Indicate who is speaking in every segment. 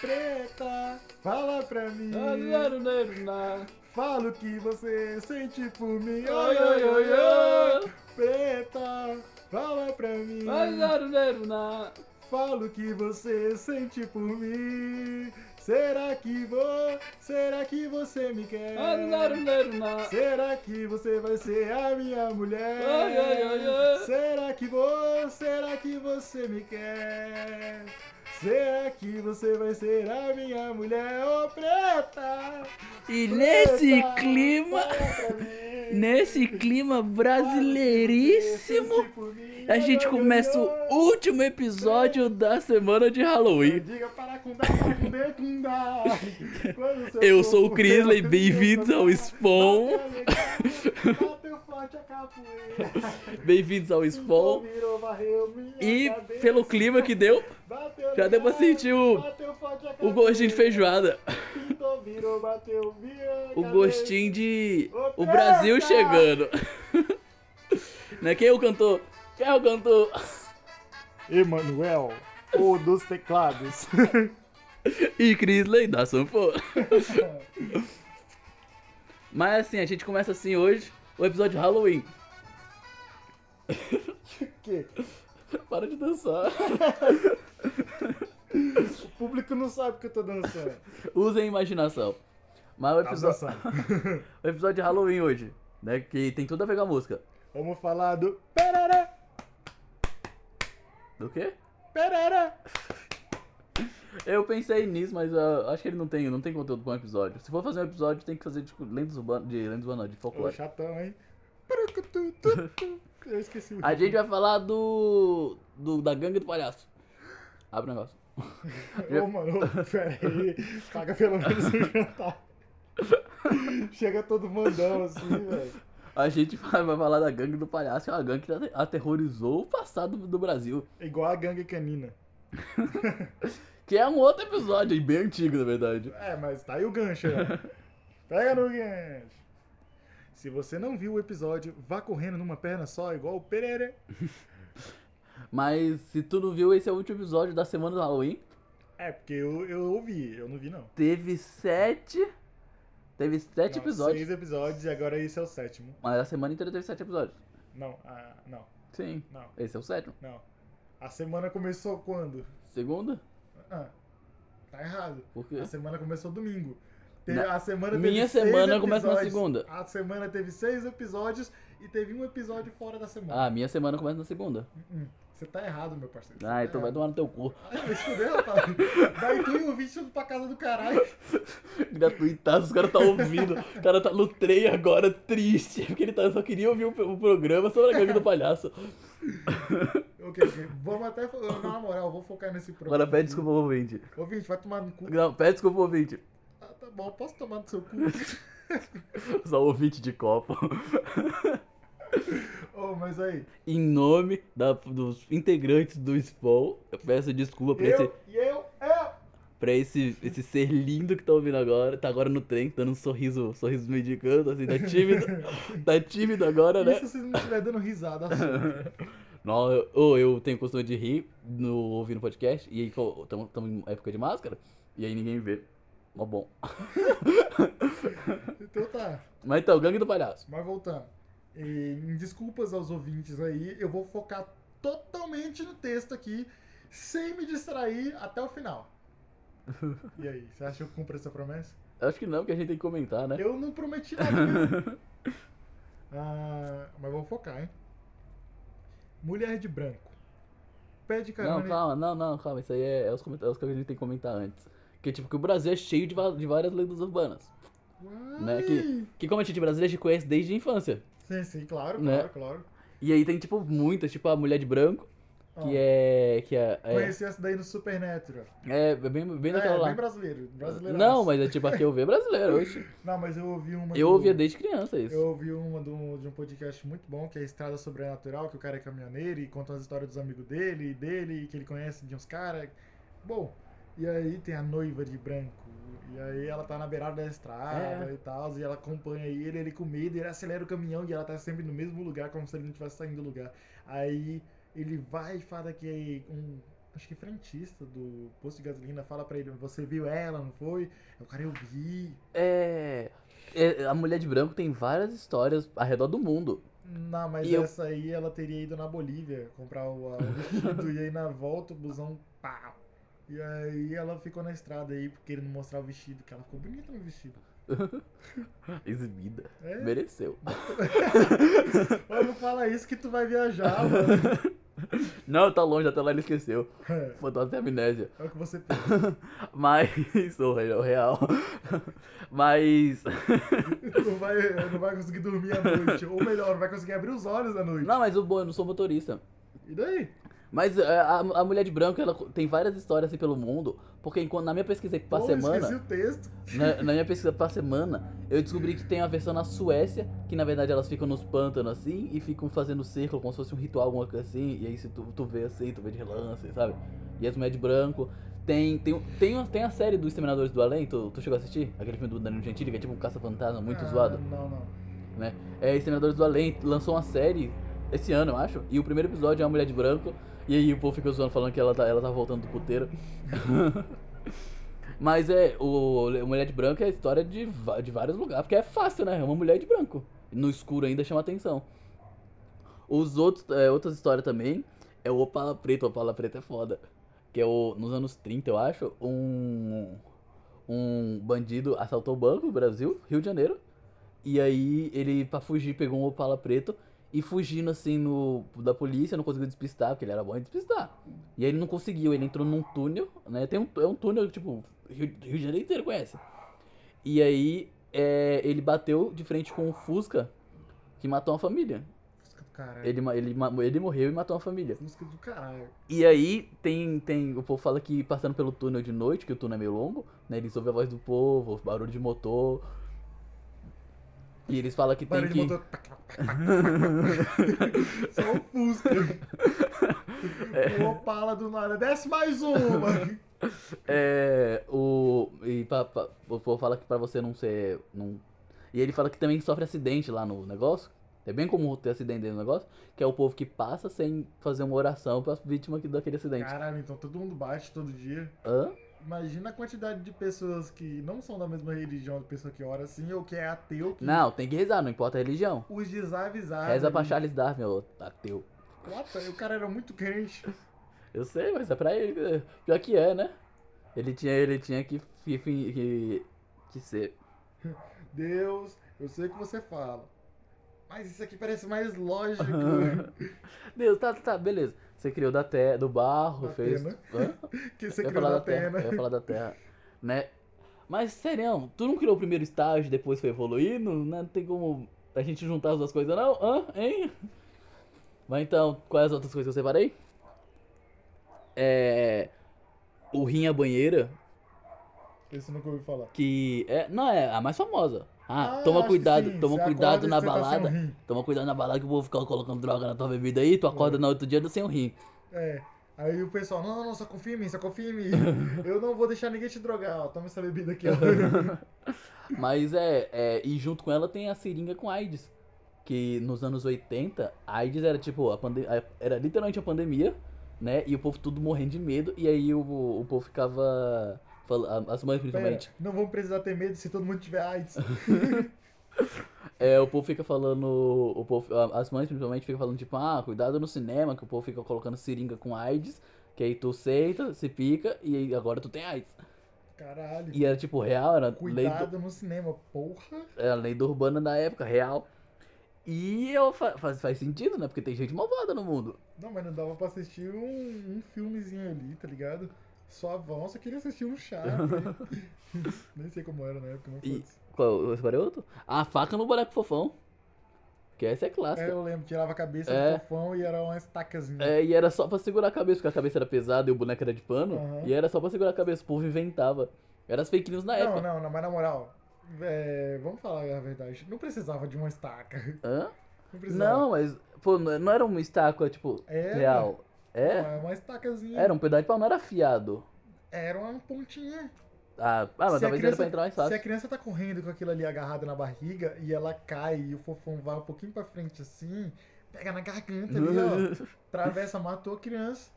Speaker 1: preta.
Speaker 2: Fala pra mim. Fala o que você sente por mim.
Speaker 1: Oi, oi, oi, oi.
Speaker 2: Preta, fala pra mim. Fala o que você sente por mim. Será que vou? Será que você me quer? Será que você vai ser a minha mulher?
Speaker 1: Ai, ai, ai, ai.
Speaker 2: Será que vou? Será que você me quer? Será que você vai ser a minha mulher, ô preta?
Speaker 3: E nesse
Speaker 2: Preta,
Speaker 3: clima,
Speaker 2: fala pra mim.
Speaker 3: nesse clima brasileiríssimo, a gente começa o último episódio da semana de Halloween.
Speaker 2: Diga paracundá, paracundê, cundá. Quando seu
Speaker 3: Eu sou o
Speaker 2: corpo
Speaker 3: Crisley,
Speaker 2: pela
Speaker 3: bem-vindos ao
Speaker 2: presença,
Speaker 3: Spawn.
Speaker 2: bate legal, bateu forte a capoeira.
Speaker 3: Bem-vindos ao
Speaker 2: Então
Speaker 3: Spawn.
Speaker 2: virou, varreu minha
Speaker 3: E
Speaker 2: cabeça.
Speaker 3: pelo clima que deu,
Speaker 2: Bateu
Speaker 3: já deu pra
Speaker 2: legal,
Speaker 3: sentir o-
Speaker 2: bateu forte a
Speaker 3: o gostinho de
Speaker 2: capoeira.
Speaker 3: feijoada,
Speaker 2: Pintou, virou, bateu minha
Speaker 3: o
Speaker 2: cabeça.
Speaker 3: gostinho de o Brasil chegando. Né? Quem é o cantor? Quem é o cantor?
Speaker 2: Emanuel, o dos teclados.
Speaker 3: E Crisley da sanfona. Mas assim, a gente começa assim hoje o episódio de Halloween.
Speaker 2: que
Speaker 3: Para de dançar.
Speaker 2: o público não sabe que eu tô dançando.
Speaker 3: Usem a imaginação. Mas o
Speaker 2: Tá
Speaker 3: episódio,
Speaker 2: dançando.
Speaker 3: o episódio de Halloween hoje, né? Que tem tudo a ver com a música.
Speaker 2: Vamos falar do pereré,
Speaker 3: Do quê?
Speaker 2: pereré.
Speaker 3: Eu pensei nisso, mas ah, acho que ele não tem, não tem conteúdo com um episódio. Se for fazer um episódio, tem que fazer de lendas urbanas, de lendas urbanas, não, de
Speaker 2: Ô,
Speaker 3: folclore.
Speaker 2: chatão, hein? Parucutu, tu, tu. Eu esqueci o
Speaker 3: A gente vai falar do, do da gangue do palhaço. Abre o negócio.
Speaker 2: Ô, mano, ô, pera aí. Paga pelo menos o jantar. Chega todo mandão assim, velho.
Speaker 3: A gente vai vai falar da gangue do palhaço, que é uma gangue que ate- aterrorizou o passado do Brasil.
Speaker 2: É Igual a gangue canina.
Speaker 3: Que é um outro episódio, e bem antigo, na verdade.
Speaker 2: É, mas tá aí o gancho. né? Pega no gancho. Se você não viu o episódio, vá correndo numa perna só, igual o Pereira.
Speaker 3: Mas se tu não viu, esse é o último episódio da semana do Halloween.
Speaker 2: É, porque eu, eu ouvi, eu não vi não.
Speaker 3: Teve sete. Teve sete
Speaker 2: Não,
Speaker 3: episódios.
Speaker 2: Seis episódios e agora esse é o sétimo.
Speaker 3: Mas a semana inteira teve sete episódios.
Speaker 2: Não, ah, não,
Speaker 3: Sim.
Speaker 2: não,
Speaker 3: Esse é o sétimo.
Speaker 2: não. A semana começou quando?
Speaker 3: Segunda?
Speaker 2: Ah, tá errado.
Speaker 3: Por quê?
Speaker 2: A semana começou domingo. Teve-
Speaker 3: É. Na-
Speaker 2: a semana
Speaker 3: Minha
Speaker 2: teve seis
Speaker 3: semana começa na
Speaker 2: episódios.
Speaker 3: segunda.
Speaker 2: A semana teve seis episódios e teve um episódio fora da semana.
Speaker 3: Ah, minha semana começa na segunda.
Speaker 2: Hum, Você tá errado, meu parceiro. Você
Speaker 3: Ah,
Speaker 2: tá
Speaker 3: então vai
Speaker 2: errado.
Speaker 3: tomar no teu cu.
Speaker 2: Ah, vai se fuder, rapaz. Vai tu e o vídeo tudo pra casa do caralho.
Speaker 3: Gratuitado, os caras tá ouvindo. O cara tá no trem agora, triste. Porque ele tá- só queria ouvir o, o programa sobre a gangue do palhaço.
Speaker 2: Ok, ok. vamos até. fo- Na moral, vou focar nesse problema.
Speaker 3: Agora pede desculpa ao ouvinte.
Speaker 2: Ouvinte, vai tomar no cu.
Speaker 3: Não, pede desculpa ao ouvinte.
Speaker 2: Ah, tá bom, posso tomar no seu cu?
Speaker 3: Só ouvinte de copo.
Speaker 2: oh, mas aí.
Speaker 3: Em nome da- dos integrantes do Spawn, eu peço desculpa pra esse,
Speaker 2: Eu, e eu, é. eu.
Speaker 3: pra esse, esse ser lindo que tá ouvindo agora. Tá agora no trem, dando um sorriso, sorriso medicando, assim, tá tímido. tá tímido agora,
Speaker 2: E
Speaker 3: né?
Speaker 2: se vocês não estiver dando risada assim?
Speaker 3: Não, eu, ou eu tenho costume de rir no, ouvindo podcast, e aí estamos em época de máscara, e aí ninguém vê. Mó bom.
Speaker 2: Então tá,
Speaker 3: Mas então, Gangue do Palhaço.
Speaker 2: mas voltando. E, em desculpas aos ouvintes aí, eu vou focar totalmente no texto aqui, sem me distrair até o final. E aí, você acha que eu cumpro essa promessa?
Speaker 3: Eu Acho que não, porque a gente tem que comentar, né?
Speaker 2: Eu não prometi nada. mesmo. ah, mas vou focar, hein? Mulher de branco. Pé de carona.
Speaker 3: Não, calma, não, não, calma. Isso aí é, é os comentários que a gente tem que comentar antes. Que tipo, que o Brasil é cheio de, va- de várias lendas urbanas.
Speaker 2: Uai!
Speaker 3: Né, que- Que como a gente brasileira, a gente conhece desde a infância.
Speaker 2: Sim, sim, claro,
Speaker 3: Né?
Speaker 2: claro, claro.
Speaker 3: E aí tem, tipo, muitas, tipo a Mulher de Branco,
Speaker 2: Ó,
Speaker 3: que é. que é. É,
Speaker 2: Conheci essa daí no Supernatural.
Speaker 3: é bem, bem
Speaker 2: é,
Speaker 3: daquela
Speaker 2: bem
Speaker 3: lá.
Speaker 2: brasileiro. brasileiro
Speaker 3: Não, mas é tipo a que eu vejo brasileira hoje.
Speaker 2: Não, mas eu ouvi uma.
Speaker 3: Eu
Speaker 2: do-
Speaker 3: ouvia desde criança isso.
Speaker 2: Eu ouvi uma do- de um podcast muito bom, que é Estrada Sobrenatural, que o cara é caminhoneiro e conta as histórias dos amigos dele e dele, que ele conhece de uns caras. Bom, e aí tem a noiva de branco. E aí ela tá na beirada da estrada e tal, e ela acompanha ele, ele com medo, e ele acelera o caminhão e ela tá sempre no mesmo lugar, como se ele não estivesse saindo do lugar. Aí ele vai e fala que um acho que frentista do posto de gasolina fala pra ele, você viu ela, não foi? Aí O cara, eu vi.
Speaker 3: É. é, A Mulher de Branco tem várias histórias ao redor do mundo.
Speaker 2: Não, mas
Speaker 3: E eu-
Speaker 2: essa aí ela teria ido na Bolívia comprar o, a- o vestido e aí na volta o busão pá. E aí ela ficou na estrada aí porque ele não mostrar o vestido, que ela ficou bonita no vestido.
Speaker 3: Exibida.
Speaker 2: É,
Speaker 3: Mereceu.
Speaker 2: mas não fala isso que tu vai viajar, mano.
Speaker 3: Não, tá longe, até lá ele esqueceu.
Speaker 2: É,
Speaker 3: Foi até amnésia.
Speaker 2: é o que você pensa.
Speaker 3: Mas. O real- o real. Mas.
Speaker 2: Não vai, não vai conseguir dormir à noite. Ou melhor, não vai conseguir abrir os olhos à noite.
Speaker 3: Não, mas o bom, eu não sou motorista.
Speaker 2: E daí?
Speaker 3: Mas é, a, a mulher de branco, ela co- tem várias histórias assim pelo mundo, porque enquanto na minha pesquisa pra
Speaker 2: Pô,
Speaker 3: semana,
Speaker 2: esqueci o texto.
Speaker 3: na, na minha pesquisa pra semana, eu descobri que tem a versão na Suécia, que na verdade elas ficam nos pântanos assim e ficam fazendo círculo como se fosse um ritual, alguma coisa assim, e aí se tu, tu vê assim, tu vê de relance, sabe? E as mulheres de branco. Tem, tem, tem, uma- tem a série dos Exterminadores do Além, tu, tu chegou a assistir? Aquele filme do Danilo Gentili, que é tipo um caça-fantasma muito
Speaker 2: Ah,
Speaker 3: zoado.
Speaker 2: Não, não.
Speaker 3: É, Exterminadores do Além lançou uma série esse ano, eu acho. E o primeiro episódio é uma mulher de branco. E aí o povo ficou zoando falando que ela tá, ela tá voltando do puteiro. Mas é, o, o Mulher de Branco é a história de, va- de vários lugares, porque é fácil, né? É uma mulher de branco. No escuro ainda chama atenção. Os outros, é, outras histórias também é o Opala Preto. O Opala Preto é foda. Que é o, nos anos 30, eu acho, um, um bandido assaltou o banco no Brasil, Rio de Janeiro. E aí ele, pra fugir, pegou um Opala preto e fugindo assim no, da polícia, não conseguiu despistar, porque ele era bom em despistar. E aí ele não conseguiu, ele entrou num túnel, né? Tem um, é um túnel que, tipo, Rio, Rio de Janeiro inteiro conhece. E aí é, ele bateu de frente com um Fusca que matou uma família.
Speaker 2: Fusca do caralho.
Speaker 3: Ele, ma- ele, ma- ele morreu e matou uma família.
Speaker 2: Fusca do caralho.
Speaker 3: E aí tem, tem. O povo fala que passando pelo túnel de noite, que o túnel é meio longo, né? Eles ouvem a voz do povo, barulho de motor. E eles falam que
Speaker 2: Barulho
Speaker 3: tem
Speaker 2: de
Speaker 3: que.
Speaker 2: motor. Só o Fusca. O Opala do nada. Desce mais uma.
Speaker 3: É. O. E pra, pra- o povo fala que pra você não ser. Não... E ele fala que também sofre acidente lá no negócio. É bem comum ter acidente dentro do negócio, que é o povo que passa sem fazer uma oração pras vítimas que- daquele acidente.
Speaker 2: Caralho, então todo mundo bate todo dia.
Speaker 3: Hã?
Speaker 2: Imagina a quantidade de pessoas que não são da mesma religião, de pessoa que ora assim, ou que é ateu. Que
Speaker 3: Não, tem que rezar, não importa a religião.
Speaker 2: Os desavisados.
Speaker 3: Reza pra
Speaker 2: ali.
Speaker 3: Charles Darwin, ô ateu.
Speaker 2: What? O cara era muito crente.
Speaker 3: Eu sei, mas é pra ele. Pior que é, né? Ele tinha, ele tinha que, fi- fi- que, que ser.
Speaker 2: Deus, eu sei o que você fala. Mas isso aqui parece mais lógico.
Speaker 3: Deus, tá, tá, beleza. Você criou da terra, do barro,
Speaker 2: Da
Speaker 3: fez.
Speaker 2: pena.
Speaker 3: Hã?
Speaker 2: que você
Speaker 3: Eu ia
Speaker 2: criou
Speaker 3: falar
Speaker 2: na
Speaker 3: da terra,
Speaker 2: perna.
Speaker 3: Eu ia falar da terra, né? Mas, serião, tu não criou o primeiro estágio, depois foi evoluindo? Né? Não tem como a gente juntar as duas coisas, não? Hã? Hein? Mas então, quais as outras coisas que eu separei? É. O rim à banheira,
Speaker 2: Esse eu nunca ouvi falar.
Speaker 3: que é. Não, é a mais famosa. Ah,
Speaker 2: Ah,
Speaker 3: toma
Speaker 2: acho que
Speaker 3: cuidado,
Speaker 2: sim.
Speaker 3: toma
Speaker 2: Você
Speaker 3: cuidado
Speaker 2: acorda e
Speaker 3: na
Speaker 2: você tá sem
Speaker 3: balada.
Speaker 2: um rim.
Speaker 3: Toma cuidado na balada que o povo fica colocando droga na tua bebida aí, tu acorda no outro dia do sem um rim.
Speaker 2: É. Aí o pessoal, não, não, não, só confia em mim, só confia em mim. Eu não vou deixar ninguém te drogar, ó. Toma essa bebida aqui, ó.
Speaker 3: Mas é, é, e junto com ela tem a seringa com AIDS. Que nos anos 80, a AIDS era tipo, a pande a- era literalmente a pandemia, né? E o povo tudo morrendo de medo, e aí o, o povo ficava. fala- a- As mães
Speaker 2: Pera,
Speaker 3: principalmente.
Speaker 2: não vamos precisar ter medo se todo mundo tiver AIDS.
Speaker 3: É, o povo fica falando. O povo, a- as mães principalmente ficam falando, tipo, ah, cuidado no cinema, que o povo fica colocando seringa com AIDS, que aí tu aceita, se pica, e aí agora tu tem AIDS.
Speaker 2: Caralho.
Speaker 3: E era tipo real, era lei do,
Speaker 2: Cuidado no cinema, porra.
Speaker 3: É a lenda urbana da época, real. E eu fa- faz, faz sentido, né? Porque tem gente malvada no mundo.
Speaker 2: Não, mas não dava pra assistir um, um filmezinho ali, tá ligado? Só avança, só queria assistir um Chaves. Nem sei como era na época, mas
Speaker 3: E-
Speaker 2: foda-se.
Speaker 3: Qual? Eu separei outro? A faca no boneco fofão. Que essa é
Speaker 2: É,
Speaker 3: clássica.
Speaker 2: eu lembro, tirava a cabeça
Speaker 3: É.
Speaker 2: do fofão e era uma estacazinha.
Speaker 3: É, e era só pra segurar a cabeça, porque a cabeça era pesada e o boneco era de pano.
Speaker 2: Aham.
Speaker 3: E era só pra segurar a cabeça, o povo inventava. Era as fake news na
Speaker 2: Não,
Speaker 3: época.
Speaker 2: não, não, mas na moral, é, vamos falar a verdade. Não precisava de uma estaca.
Speaker 3: Hã?
Speaker 2: Não né? precisava.
Speaker 3: Não, mas, pô, não não era uma estátua, tipo,
Speaker 2: Era.
Speaker 3: real. É?
Speaker 2: Não, uma estacazinha.
Speaker 3: Era um pedaço de pau, não era afiado.
Speaker 2: Era uma pontinha.
Speaker 3: Ah, ah mas
Speaker 2: Se a
Speaker 3: talvez era
Speaker 2: criança-
Speaker 3: pra entrar mais
Speaker 2: Se a
Speaker 3: fácil.
Speaker 2: criança tá correndo com aquilo ali agarrado na barriga e ela cai e o fofão vai um pouquinho pra frente assim, pega na garganta ali, ó. Travessa, matou a criança.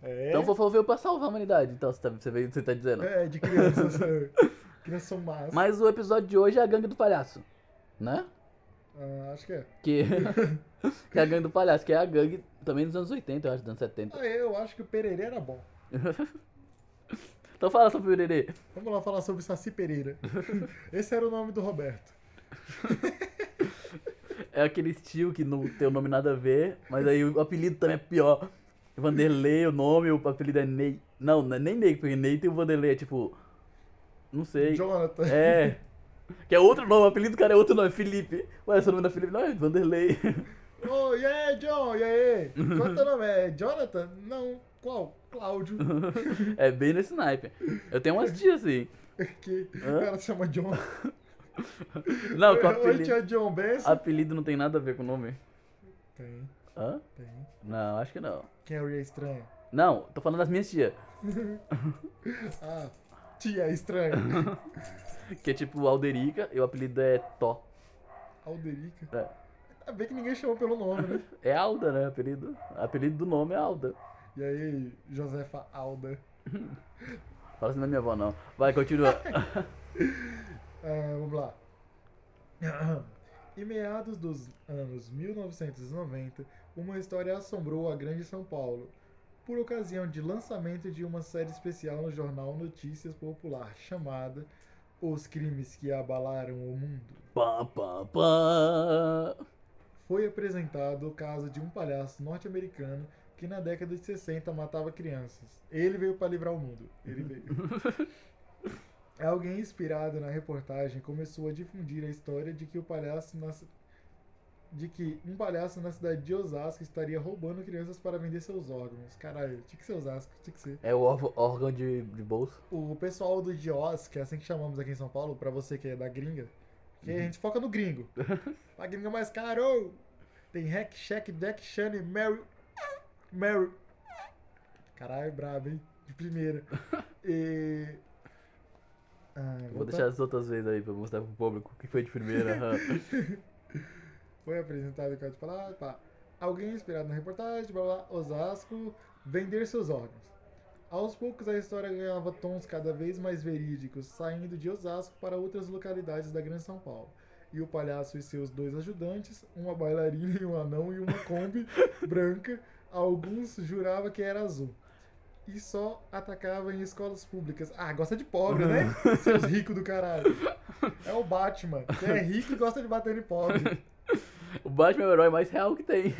Speaker 2: É,
Speaker 3: Então o Fofão veio pra salvar a humanidade, então você tá, você veio- você tá dizendo.
Speaker 2: é de crianças. é. crianças são más.
Speaker 3: Mas o episódio de hoje é a gangue do palhaço, né?
Speaker 2: Ah, acho que é.
Speaker 3: Que, que é a gangue do palhaço, que é a gangue também dos anos 80, eu acho, dos anos 70.
Speaker 2: Ah, eu acho que o Pererê era bom.
Speaker 3: Então fala sobre o Pererê.
Speaker 2: Vamos lá falar sobre Saci Pereira. Esse era o nome do Roberto.
Speaker 3: É aquele estilo que não tem o nome nada a ver, mas aí o apelido também é pior. Vanderlei, o nome, o apelido é Ney. Não, não é nem Ney, porque Ney tem o Vanderlei, é tipo. Não sei.
Speaker 2: Jonathan.
Speaker 3: É. Que é outro nome, o apelido do cara é outro nome, Felipe. Ué, seu nome não é Felipe, não é Vanderlei.
Speaker 2: Oh, e aí, John? E aí? Qual teu nome? É Jonathan? Não. Qual? Cláudio.
Speaker 3: É bem nesse naipe. Eu tenho umas tias assim.
Speaker 2: Que
Speaker 3: Hã?
Speaker 2: o cara se chama John.
Speaker 3: Não, com
Speaker 2: Oi,
Speaker 3: apelido.
Speaker 2: tia John Benson.
Speaker 3: Apelido não tem nada a ver com o nome.
Speaker 2: Tem,
Speaker 3: Hã?
Speaker 2: tem.
Speaker 3: Não, acho que não.
Speaker 2: Carrie é estranha.
Speaker 3: Não, tô falando das minhas tias.
Speaker 2: Ah, tia é estranha.
Speaker 3: Que é tipo Alderica e o apelido é Tó.
Speaker 2: Alderica.
Speaker 3: É.
Speaker 2: Ainda bem que ninguém chamou pelo nome, né?
Speaker 3: É Alda, né? Apelido. Apelido do nome é Alda.
Speaker 2: E aí, Josefa Alda.
Speaker 3: Fala assim na minha avó, não. Vai, continua.
Speaker 2: Ah, vamos lá. Em meados dos anos 1990, uma história assombrou a grande São Paulo, por ocasião de lançamento de uma série especial no jornal Notícias Popular chamada Os Crimes que Abalaram o Mundo.
Speaker 3: pá, pá, pá.
Speaker 2: Foi apresentado o caso de um palhaço norte-americano que na década de 60 matava crianças. Ele veio para livrar o mundo. Ele veio. Alguém inspirado na reportagem começou a difundir a história de que o palhaço na ci- de que um palhaço na cidade de Osasco estaria roubando crianças para vender seus órgãos. Caralho, tinha que ser Osasco, tinha que ser.
Speaker 3: É o órfão- órgão de, de bolso.
Speaker 2: O pessoal do Dios, que é assim que chamamos aqui em São Paulo, pra você que é da gringa, que
Speaker 3: Uhum.
Speaker 2: a gente foca no gringo. a gringa é mais caro! Tem Hack, Shack, Jack, Shane, Mary. Mary. Caralho, brabo, hein? De primeira. E. Ah,
Speaker 3: Eu Vou
Speaker 2: volta-
Speaker 3: deixar as outras vezes aí pra mostrar pro público que foi de primeira. aham.
Speaker 2: Foi apresentado o de falar, pá. Alguém inspirado na reportagem, blá blá, Osasco, vender seus órgãos. Aos poucos a história ganhava tons cada vez mais verídicos, saindo de Osasco para outras localidades da Grande São Paulo. E o palhaço e seus dois ajudantes, uma bailarina e um anão e uma Kombi branca, alguns jurava que era azul. E só atacava em escolas públicas. Ah, gosta de pobre, né? Seus ricos do caralho. É o Batman, que é rico e gosta de bater em pobre.
Speaker 3: o Batman é o herói mais real que tem.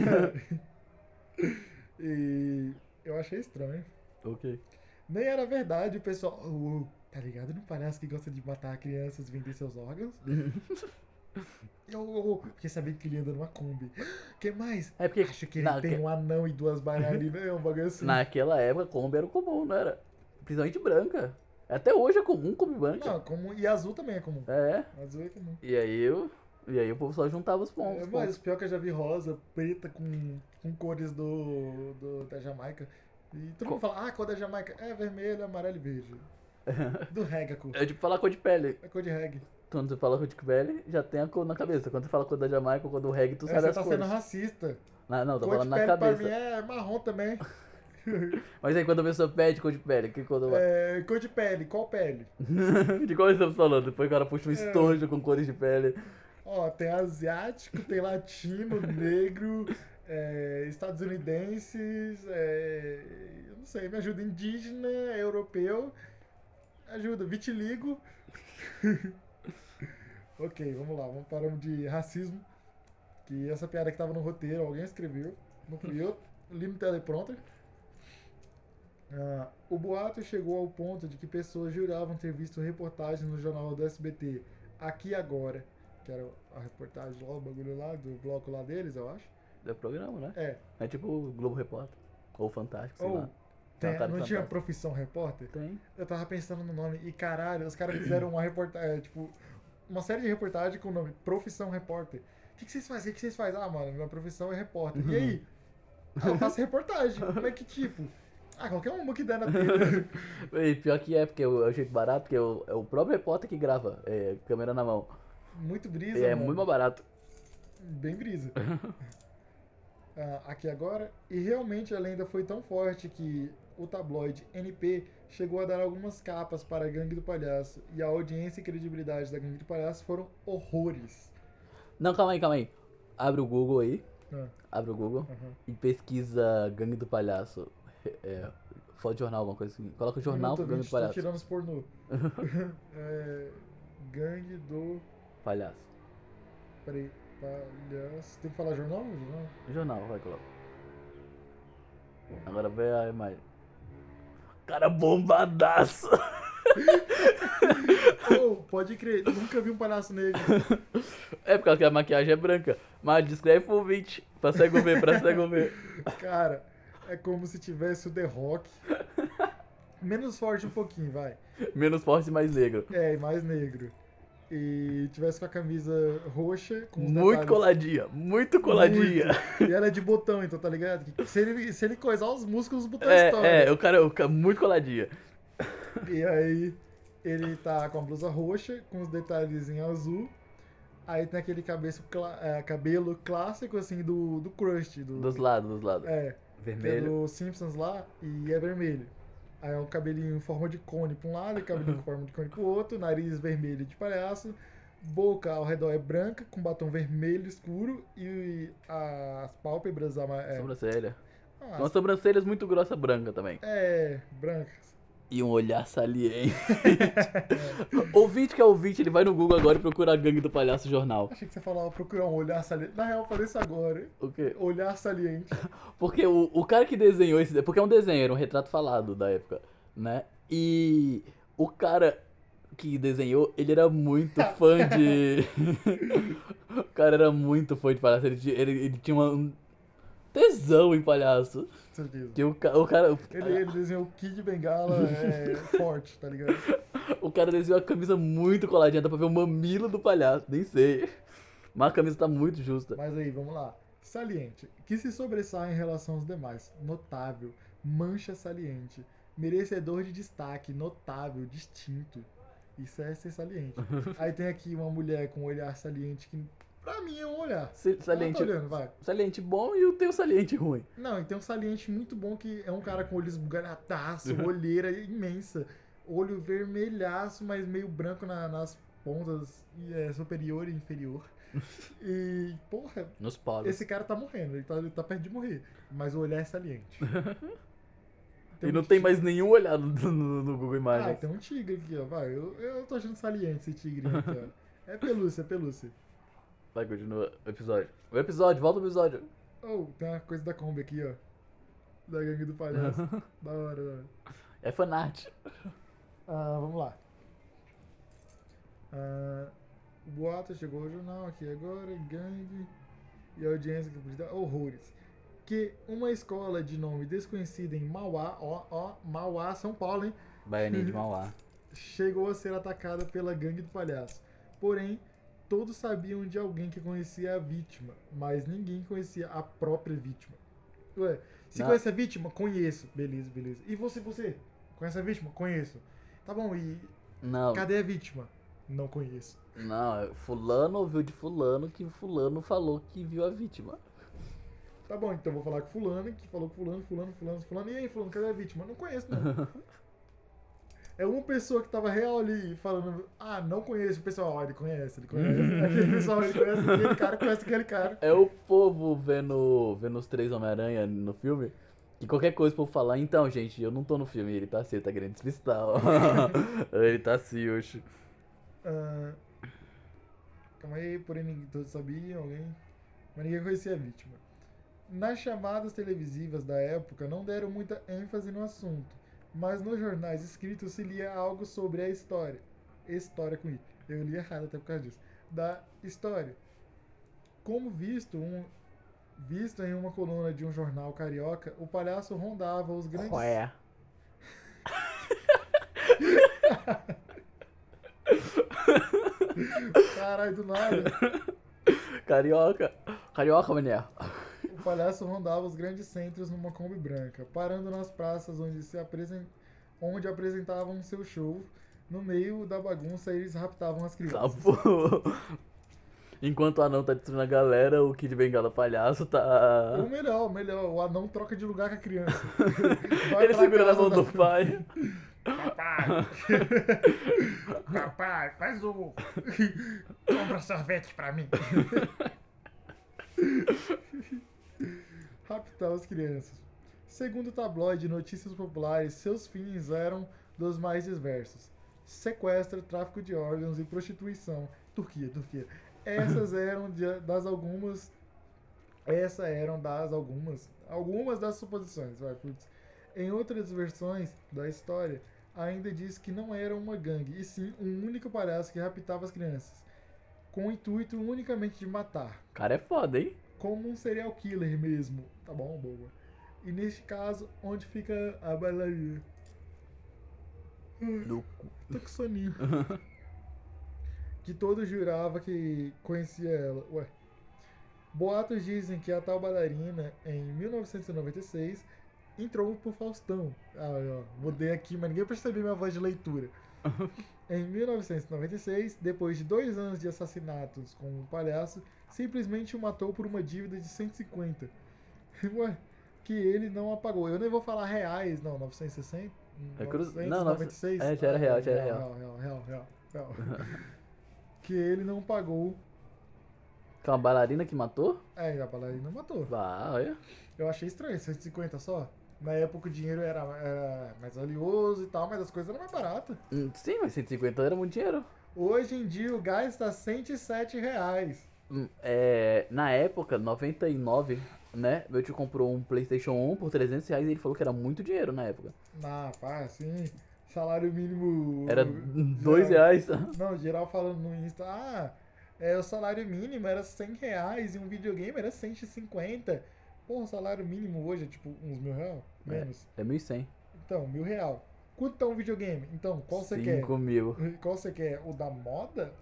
Speaker 2: E eu achei estranho.
Speaker 3: ok.
Speaker 2: Nem era verdade, o pessoal. "Oh, oh, tá ligado num palhaço que gosta de matar crianças e vender seus órgãos? Eu oh, oh, fiquei sabendo que ele anda numa Kombi. Que mais?
Speaker 3: É porque
Speaker 2: Acho que ele
Speaker 3: Não,
Speaker 2: tem
Speaker 3: que-
Speaker 2: um anão e duas bailarinas. É um bagulho assim.
Speaker 3: naquela época Kombi era o comum, não era? Principalmente branca. Até hoje é comum Kombi branca.
Speaker 2: Não, como... E azul também é comum.
Speaker 3: É.
Speaker 2: Azul é comum.
Speaker 3: E aí eu. E aí o povo só juntava os pontos.
Speaker 2: É,
Speaker 3: pontos.
Speaker 2: mas pior que eu já vi rosa, preta com, com cores do, do- da Jamaica. E todo mundo fala, ah, a cor da Jamaica é vermelho, amarelo e verde. Do reggae a cor.
Speaker 3: É tipo falar cor de pele.
Speaker 2: É cor de reggae.
Speaker 3: Quando você fala cor de pele, já tem a cor na cabeça. Quando você fala cor da Jamaica ou cor do reggae, tu
Speaker 2: É,
Speaker 3: sabe
Speaker 2: você
Speaker 3: as
Speaker 2: tá
Speaker 3: cores.
Speaker 2: sendo racista.
Speaker 3: Não, não, tô
Speaker 2: Cor de
Speaker 3: falando na
Speaker 2: pele pra mim
Speaker 3: cabeça.
Speaker 2: é marrom também.
Speaker 3: Mas aí quando a pessoa pede cor de pele, que quando...
Speaker 2: É, cor de pele, qual pele? É.
Speaker 3: de qual estamos falando? Depois o cara puxa um estojo com cores de pele.
Speaker 2: Ó, tem asiático, tem latino, negro, é, estadunidenses, é, eu não sei, me ajuda, indígena, europeu, ajuda, vitiligo. ok, vamos lá, vamos paramos de racismo, que essa piada que tava no roteiro, alguém escreveu, não fui eu, li no teleprompter. Ah, o boato chegou ao ponto de que pessoas juravam ter visto reportagens no jornal do SBT, Aqui Agora, que era a reportagem lá, o bagulho lá, do bloco lá deles, eu acho.
Speaker 3: É programa, né?
Speaker 2: É,
Speaker 3: É tipo o Globo Repórter. Ou Fantástico, sei
Speaker 2: Ou-
Speaker 3: lá.
Speaker 2: tem-
Speaker 3: Tá, tá,
Speaker 2: não
Speaker 3: tá,
Speaker 2: tinha
Speaker 3: tá.
Speaker 2: profissão repórter?
Speaker 3: Tem.
Speaker 2: Eu tava pensando no nome, e caralho, os caras fizeram uma reportagem, tipo, uma série de reportagem com o nome Profissão Repórter. O que, que vocês fazem? O que, que vocês fazem? Ah, mano, minha profissão é repórter. E aí? Ah, eu faço reportagem. Mas que tipo? Ah, qualquer uma que der na telha.
Speaker 3: E pior que é, porque é o é o jeito barato, porque é o, é o próprio repórter que grava. É, câmera na mão.
Speaker 2: Muito brisa.
Speaker 3: E é
Speaker 2: mano.
Speaker 3: muito mais barato.
Speaker 2: Bem brisa. ah, aqui agora. E realmente a lenda foi tão forte que o tabloide NP chegou a dar algumas capas para a Gangue do Palhaço. E a audiência e credibilidade da Gangue do Palhaço foram horrores.
Speaker 3: Não, calma aí, calma aí. Abre o Google aí.
Speaker 2: Ah.
Speaker 3: Abre o Google
Speaker 2: Aham.
Speaker 3: e pesquisa Gangue do Palhaço. É, foto jornal, alguma coisa assim. Coloca o jornal
Speaker 2: Minuto
Speaker 3: Gangue
Speaker 2: 20,
Speaker 3: do
Speaker 2: tô tá
Speaker 3: Palhaço.
Speaker 2: tirando os pornô. É, gangue do
Speaker 3: Palhaço.
Speaker 2: Peraí, palhaço. Tem que falar jornal? jornal?
Speaker 3: Jornal, vai, coloca. Agora vê a imagem. Cara bombadaço.
Speaker 2: Oh, pode crer, nunca vi um palhaço negro.
Speaker 3: É por causa que a maquiagem é branca. Mas descreve pro ouvinte. Pra cego ver, pra cego ver.
Speaker 2: Cara, é como se tivesse o The Rock. Menos forte um pouquinho, vai.
Speaker 3: Menos forte e mais negro.
Speaker 2: É, e mais negro. E tivesse com a camisa roxa, com os
Speaker 3: Muito
Speaker 2: detalhes-
Speaker 3: coladinha, muito coladinha.
Speaker 2: E ela é de botão, então, tá ligado? Que Se ele, se ele coisar os músculos, os botões estouram.
Speaker 3: É, é, o cara, o cara muito coladinha.
Speaker 2: E aí ele tá com a blusa roxa, com os detalhes em azul. Aí tem aquele cabeço cla- eh, cabelo clássico, assim, do, do Crust. Do,
Speaker 3: Dos lados, dos lados.
Speaker 2: É, que é
Speaker 3: Vermelho.
Speaker 2: do Simpsons lá, e é vermelho. Aí é um cabelinho em forma de cone pra um lado, e cabelinho em forma de cone pro outro, nariz vermelho de palhaço, boca ao redor é branca, com batom vermelho escuro, e as pálpebras... ama- É, Ah.
Speaker 3: Sobrancelha.
Speaker 2: as-
Speaker 3: Umas sobrancelhas muito grossa branca também.
Speaker 2: é, brancas.
Speaker 3: E um olhar saliente. ouvinte que é ouvinte, ele vai no Google agora e procura a gangue do palhaço jornal.
Speaker 2: Achei que você falava procurar um olhar saliente. Na real, eu falei isso agora. hein?
Speaker 3: O quê?
Speaker 2: Olhar saliente.
Speaker 3: Porque o, o cara que desenhou esse. Porque é um desenho, era um retrato falado da época, né? E o cara que desenhou, ele era muito fã de. o cara era muito fã de palhaço. Ele, ti- ele, ele tinha uma- um tesão em palhaço.
Speaker 2: Certeza.
Speaker 3: Que o, ca- o cara. O,
Speaker 2: Ele, ele desenhou o Kid Bengala é, forte, tá ligado?
Speaker 3: o cara desenhou a camisa muito coladinha, dá pra ver o mamilo do palhaço, nem sei. Mas a camisa tá muito justa.
Speaker 2: Mas aí, vamos lá. Saliente. Que se sobressai em relação aos demais. Notável. Mancha saliente. Merecedor de destaque. Notável. Distinto. Isso é ser saliente. Aí tem aqui uma mulher com um olhar saliente que, pra mim, é um olhar.
Speaker 3: Se-
Speaker 2: Ela tá
Speaker 3: Saliente,
Speaker 2: olhando, vai.
Speaker 3: saliente bom e eu tenho saliente ruim.
Speaker 2: Não, e tem um saliente muito bom que é um cara com olho esbugalhadaço, olheira imensa, olho vermelhaço, mas meio branco na- nas pontas e, é, superior e inferior. E, porra,
Speaker 3: Nos polos.
Speaker 2: esse cara tá morrendo, ele tá, ele tá perto de morrer, mas o olhar é saliente.
Speaker 3: E não
Speaker 2: um
Speaker 3: tem
Speaker 2: tigre-
Speaker 3: mais nenhum olhado no, no- no Google
Speaker 2: Ah,
Speaker 3: Imagens.
Speaker 2: tem um tigre aqui, ó, vai, eu, eu tô achando saliente esse tigre aqui, ó. É pelúcia, é pelúcia.
Speaker 3: Vai, continua o episódio. O episódio, volta o episódio.
Speaker 2: Oh, tem uma coisa da Kombi aqui, ó. Da gangue do palhaço. da hora, da hora.
Speaker 3: É fanart.
Speaker 2: Ah, vamos lá. Ah, o boato chegou ao jornal aqui agora, gangue e audiência que publicidade, horrores. Que uma escola de nome desconhecida em Mauá, ó, ó, Mauá, São Paulo, hein?
Speaker 3: Baianinha de Mauá.
Speaker 2: Chegou a ser atacada pela gangue do palhaço. Porém, todos sabiam de alguém que conhecia a vítima, mas ninguém conhecia a própria vítima. Ué, se
Speaker 3: Na-
Speaker 2: conhece a vítima? Conheço. Beleza, beleza. E você, você? Conhece a vítima? Conheço. Tá bom, e
Speaker 3: Não,
Speaker 2: Cadê a vítima? Não conheço.
Speaker 3: não, é fulano ouviu de fulano que fulano falou que viu a vítima.
Speaker 2: Tá bom, então vou falar com fulano, que falou com fulano, fulano, fulano, fulano. E aí, fulano, cadê a vítima? Não conheço, não. É uma pessoa que tava real ali falando, ah, não conheço. O pessoal, ó, ele conhece, ele conhece. Aquele pessoal, ele conhece aquele cara, conhece aquele cara.
Speaker 3: É o povo vendo, vendo os três Homem-Aranha no filme. E qualquer coisa pra eu falar, então, gente, eu não tô no filme, ele tá assim, ele tá querendo despistar, ó. ele tá assim, oxe.
Speaker 2: Ah, calma aí, porém ninguém, todos sabiam, alguém. Mas ninguém conhecia a vítima. Nas chamadas televisivas da época não deram muita ênfase no assunto, mas nos jornais escritos se lia algo sobre a história. História com I. Eu li errado até por causa disso. Da história. Como visto, um, visto em uma coluna de um jornal carioca, o palhaço rondava os grandes.
Speaker 3: Qual é?
Speaker 2: Caralho, do nada.
Speaker 3: Carioca. Carioca, mané.
Speaker 2: O palhaço rondava os grandes centros numa Kombi branca, parando nas praças onde, se apresen... onde apresentavam seu show. No meio da bagunça, eles raptavam as crianças.
Speaker 3: Tá bom. Enquanto o anão tá destruindo a galera, o Kid Bengala palhaço tá.
Speaker 2: Ou melhor, melhor, o anão troca de lugar com a criança. Vai
Speaker 3: Ele
Speaker 2: pra
Speaker 3: segura na
Speaker 2: casa
Speaker 3: mão
Speaker 2: da-
Speaker 3: do pai.
Speaker 2: Papai! Papai, faz um. Compra sorvete pra mim. Raptar as crianças. Segundo o tabloide Notícias Populares, seus fins eram dos mais diversos: sequestro, tráfico de órgãos e prostituição. Turquia, Turquia. Essas eram de- das algumas. Essas eram das algumas. Algumas das suposições, vai, putz. Em outras versões da história, ainda diz que não era uma gangue, e sim um único palhaço que raptava as crianças, com o intuito unicamente de matar,
Speaker 3: O cara é foda, hein?
Speaker 2: como um serial killer mesmo. Tá bom, boa. E neste caso, onde fica a bailarina?
Speaker 3: No
Speaker 2: Tô com soninho. que todo jurava que conhecia ela. Ué. Boatos dizem que a tal bailarina, em 1996, entrou por Faustão. Ah, ó, mudei aqui, mas ninguém percebeu minha voz de leitura. em 1996, depois de dois anos de assassinatos com um palhaço, simplesmente o matou por uma dívida de 150. Ué, que ele não apagou. Eu nem vou falar reais, não, 960?
Speaker 3: É cruz- não,
Speaker 2: 996?
Speaker 3: é, já era real, já era real.
Speaker 2: Real, real, real, real. que ele não pagou.
Speaker 3: Que é uma bailarina que matou?
Speaker 2: É, a bailarina matou.
Speaker 3: Ah, olha.
Speaker 2: Eu achei estranho, 150 só. Na época o dinheiro era, era mais valioso e tal, mas as coisas eram mais baratas.
Speaker 3: Hum, Sim, mas 150 era muito dinheiro.
Speaker 2: Hoje em dia o gás tá 107 reais.
Speaker 3: Hum, É, na época, 99, né? Meu tio comprou um PlayStation 1 por 300 reais e ele falou que era muito dinheiro na época.
Speaker 2: Ah, pá, assim, salário mínimo...
Speaker 3: Era
Speaker 2: Hum, é.
Speaker 3: 2 reais.
Speaker 2: Não, geral falando no Insta, ah, é, o salário mínimo era 100 reais e um videogame era 150. Pô, o salário mínimo hoje é tipo uns mil real?
Speaker 3: É.
Speaker 2: Menos.
Speaker 3: É 1.100.
Speaker 2: Então, mil real. Quanto tá um videogame? Então, qual você quer?
Speaker 3: 5 mil.
Speaker 2: Qual você quer? O da moda?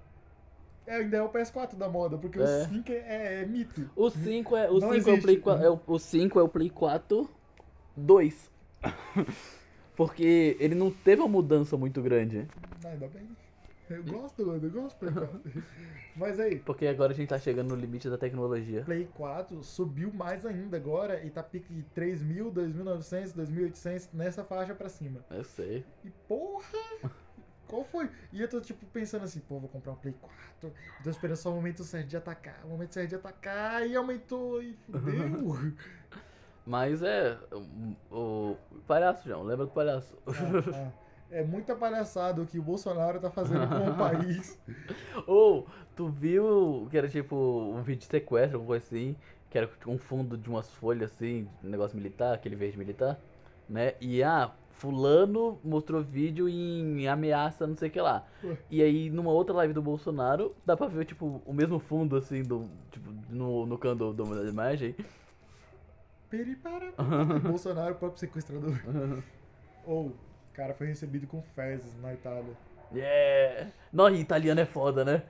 Speaker 2: É, ainda é o PS4 da moda, porque
Speaker 3: É.
Speaker 2: o 5 é, é, mito.
Speaker 3: O 5 é, o
Speaker 2: Não
Speaker 3: 5 é o Play
Speaker 2: existe.
Speaker 3: 4, é o, o 5 é o Play 4 2. Porque ele não teve uma mudança muito grande.
Speaker 2: Ah, ainda bem. Eu gosto, mano, eu gosto do Play 4. Mas aí,
Speaker 3: Porque agora a gente tá chegando no limite da tecnologia.
Speaker 2: Play 4 subiu mais ainda agora e tá pique 3.000, 2.900, 2.800 nessa faixa pra cima.
Speaker 3: Eu sei.
Speaker 2: E porra! Qual foi? E eu tô tipo pensando assim, pô, vou comprar um Play 4. Eu Tô esperando só o momento certo de atacar, o momento certo de atacar, e aumentou, e fudeu.
Speaker 3: Mas é. O, o palhaço, João. Lembra do palhaço?
Speaker 2: Ah, ah. É muita palhaçada o que o Bolsonaro tá fazendo com o país.
Speaker 3: Ou, tu viu que era tipo um vídeo de sequestro, alguma coisa assim, que era um fundo de umas folhas assim, de um negócio militar, aquele verde militar, né? E ah, fulano mostrou vídeo em ameaça, não sei o que lá.
Speaker 2: Ué.
Speaker 3: E aí, numa outra live do Bolsonaro, dá pra ver, tipo, o mesmo fundo assim, do, tipo, no, no canto do- da imagem.
Speaker 2: Peripara. Bolsonaro, o próprio sequestrador. Ou, o cara foi recebido com fezes na Itália.
Speaker 3: Yeah! Não, e italiano é foda, né?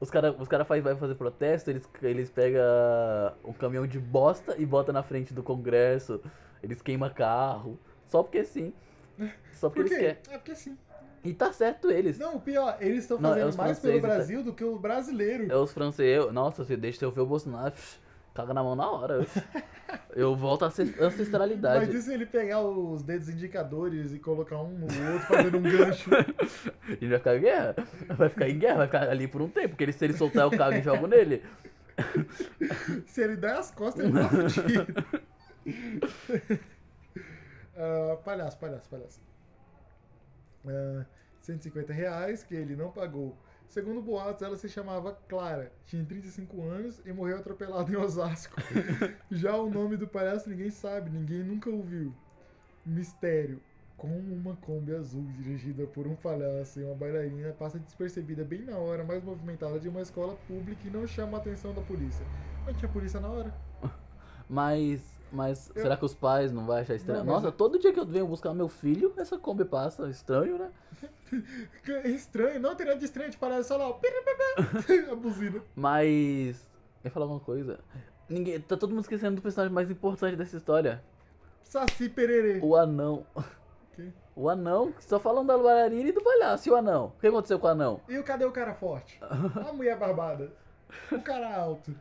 Speaker 3: Os caras os cara faz, vai fazer protesto, eles, eles pegam um caminhão de bosta e bota na frente do Congresso. Eles queimam carro. Só porque sim. Só porque
Speaker 2: Por
Speaker 3: eles
Speaker 2: quê?
Speaker 3: querem.
Speaker 2: É porque sim.
Speaker 3: E tá certo eles.
Speaker 2: Não, o pior, eles estão
Speaker 3: Não, é
Speaker 2: fazendo
Speaker 3: os
Speaker 2: mais pelo
Speaker 3: franceses, tá?
Speaker 2: Brasil do que o brasileiro.
Speaker 3: É os franceses. Nossa, se deixa eu ver o Bolsonaro, pff, caga na mão na hora. Eu volto à ancest-
Speaker 2: Mas
Speaker 3: ancestralidade.
Speaker 2: e se ele pegar os dedos indicadores e colocar um no outro fazendo um gancho?
Speaker 3: A gente vai ficar em guerra. Vai ficar em guerra, vai ficar ali por um tempo. Porque ele- se ele soltar o carro e jogo nele,
Speaker 2: Se ele der as costas, ele tá fudido. Ah, palhaço, palhaço, palhaço. Ah, 150 reais que ele não pagou. Segundo boatos, ela se chamava Clara, tinha 35 anos e morreu atropelada em Osasco. Já o nome do palhaço ninguém sabe, ninguém nunca ouviu. Mistério. Como uma Kombi azul dirigida por um palhaço e uma bailarina passa despercebida bem na hora mais movimentada de uma escola pública e não chama a atenção da polícia. Mas tinha polícia na hora.
Speaker 3: Mas, mas
Speaker 2: Eu-
Speaker 3: será que os pais não vão achar estranho?
Speaker 2: Não, mas
Speaker 3: Nossa,
Speaker 2: eu-
Speaker 3: todo dia que eu venho buscar meu filho, essa Kombi passa. Estranho, né?
Speaker 2: Que É estranho, não teria de estranho de palhaço, só lá, ó, piripipá, a buzina.
Speaker 3: Mas. Eu ia falar uma coisa. Ninguém. Tá todo mundo esquecendo do personagem mais importante dessa história.
Speaker 2: Saci pererê.
Speaker 3: O anão.
Speaker 2: Quem?
Speaker 3: O anão, que só falam da bailarina e do palhaço. E o anão? O que aconteceu com o anão?
Speaker 2: E o cadê o cara forte? A mulher barbada. O cara alto.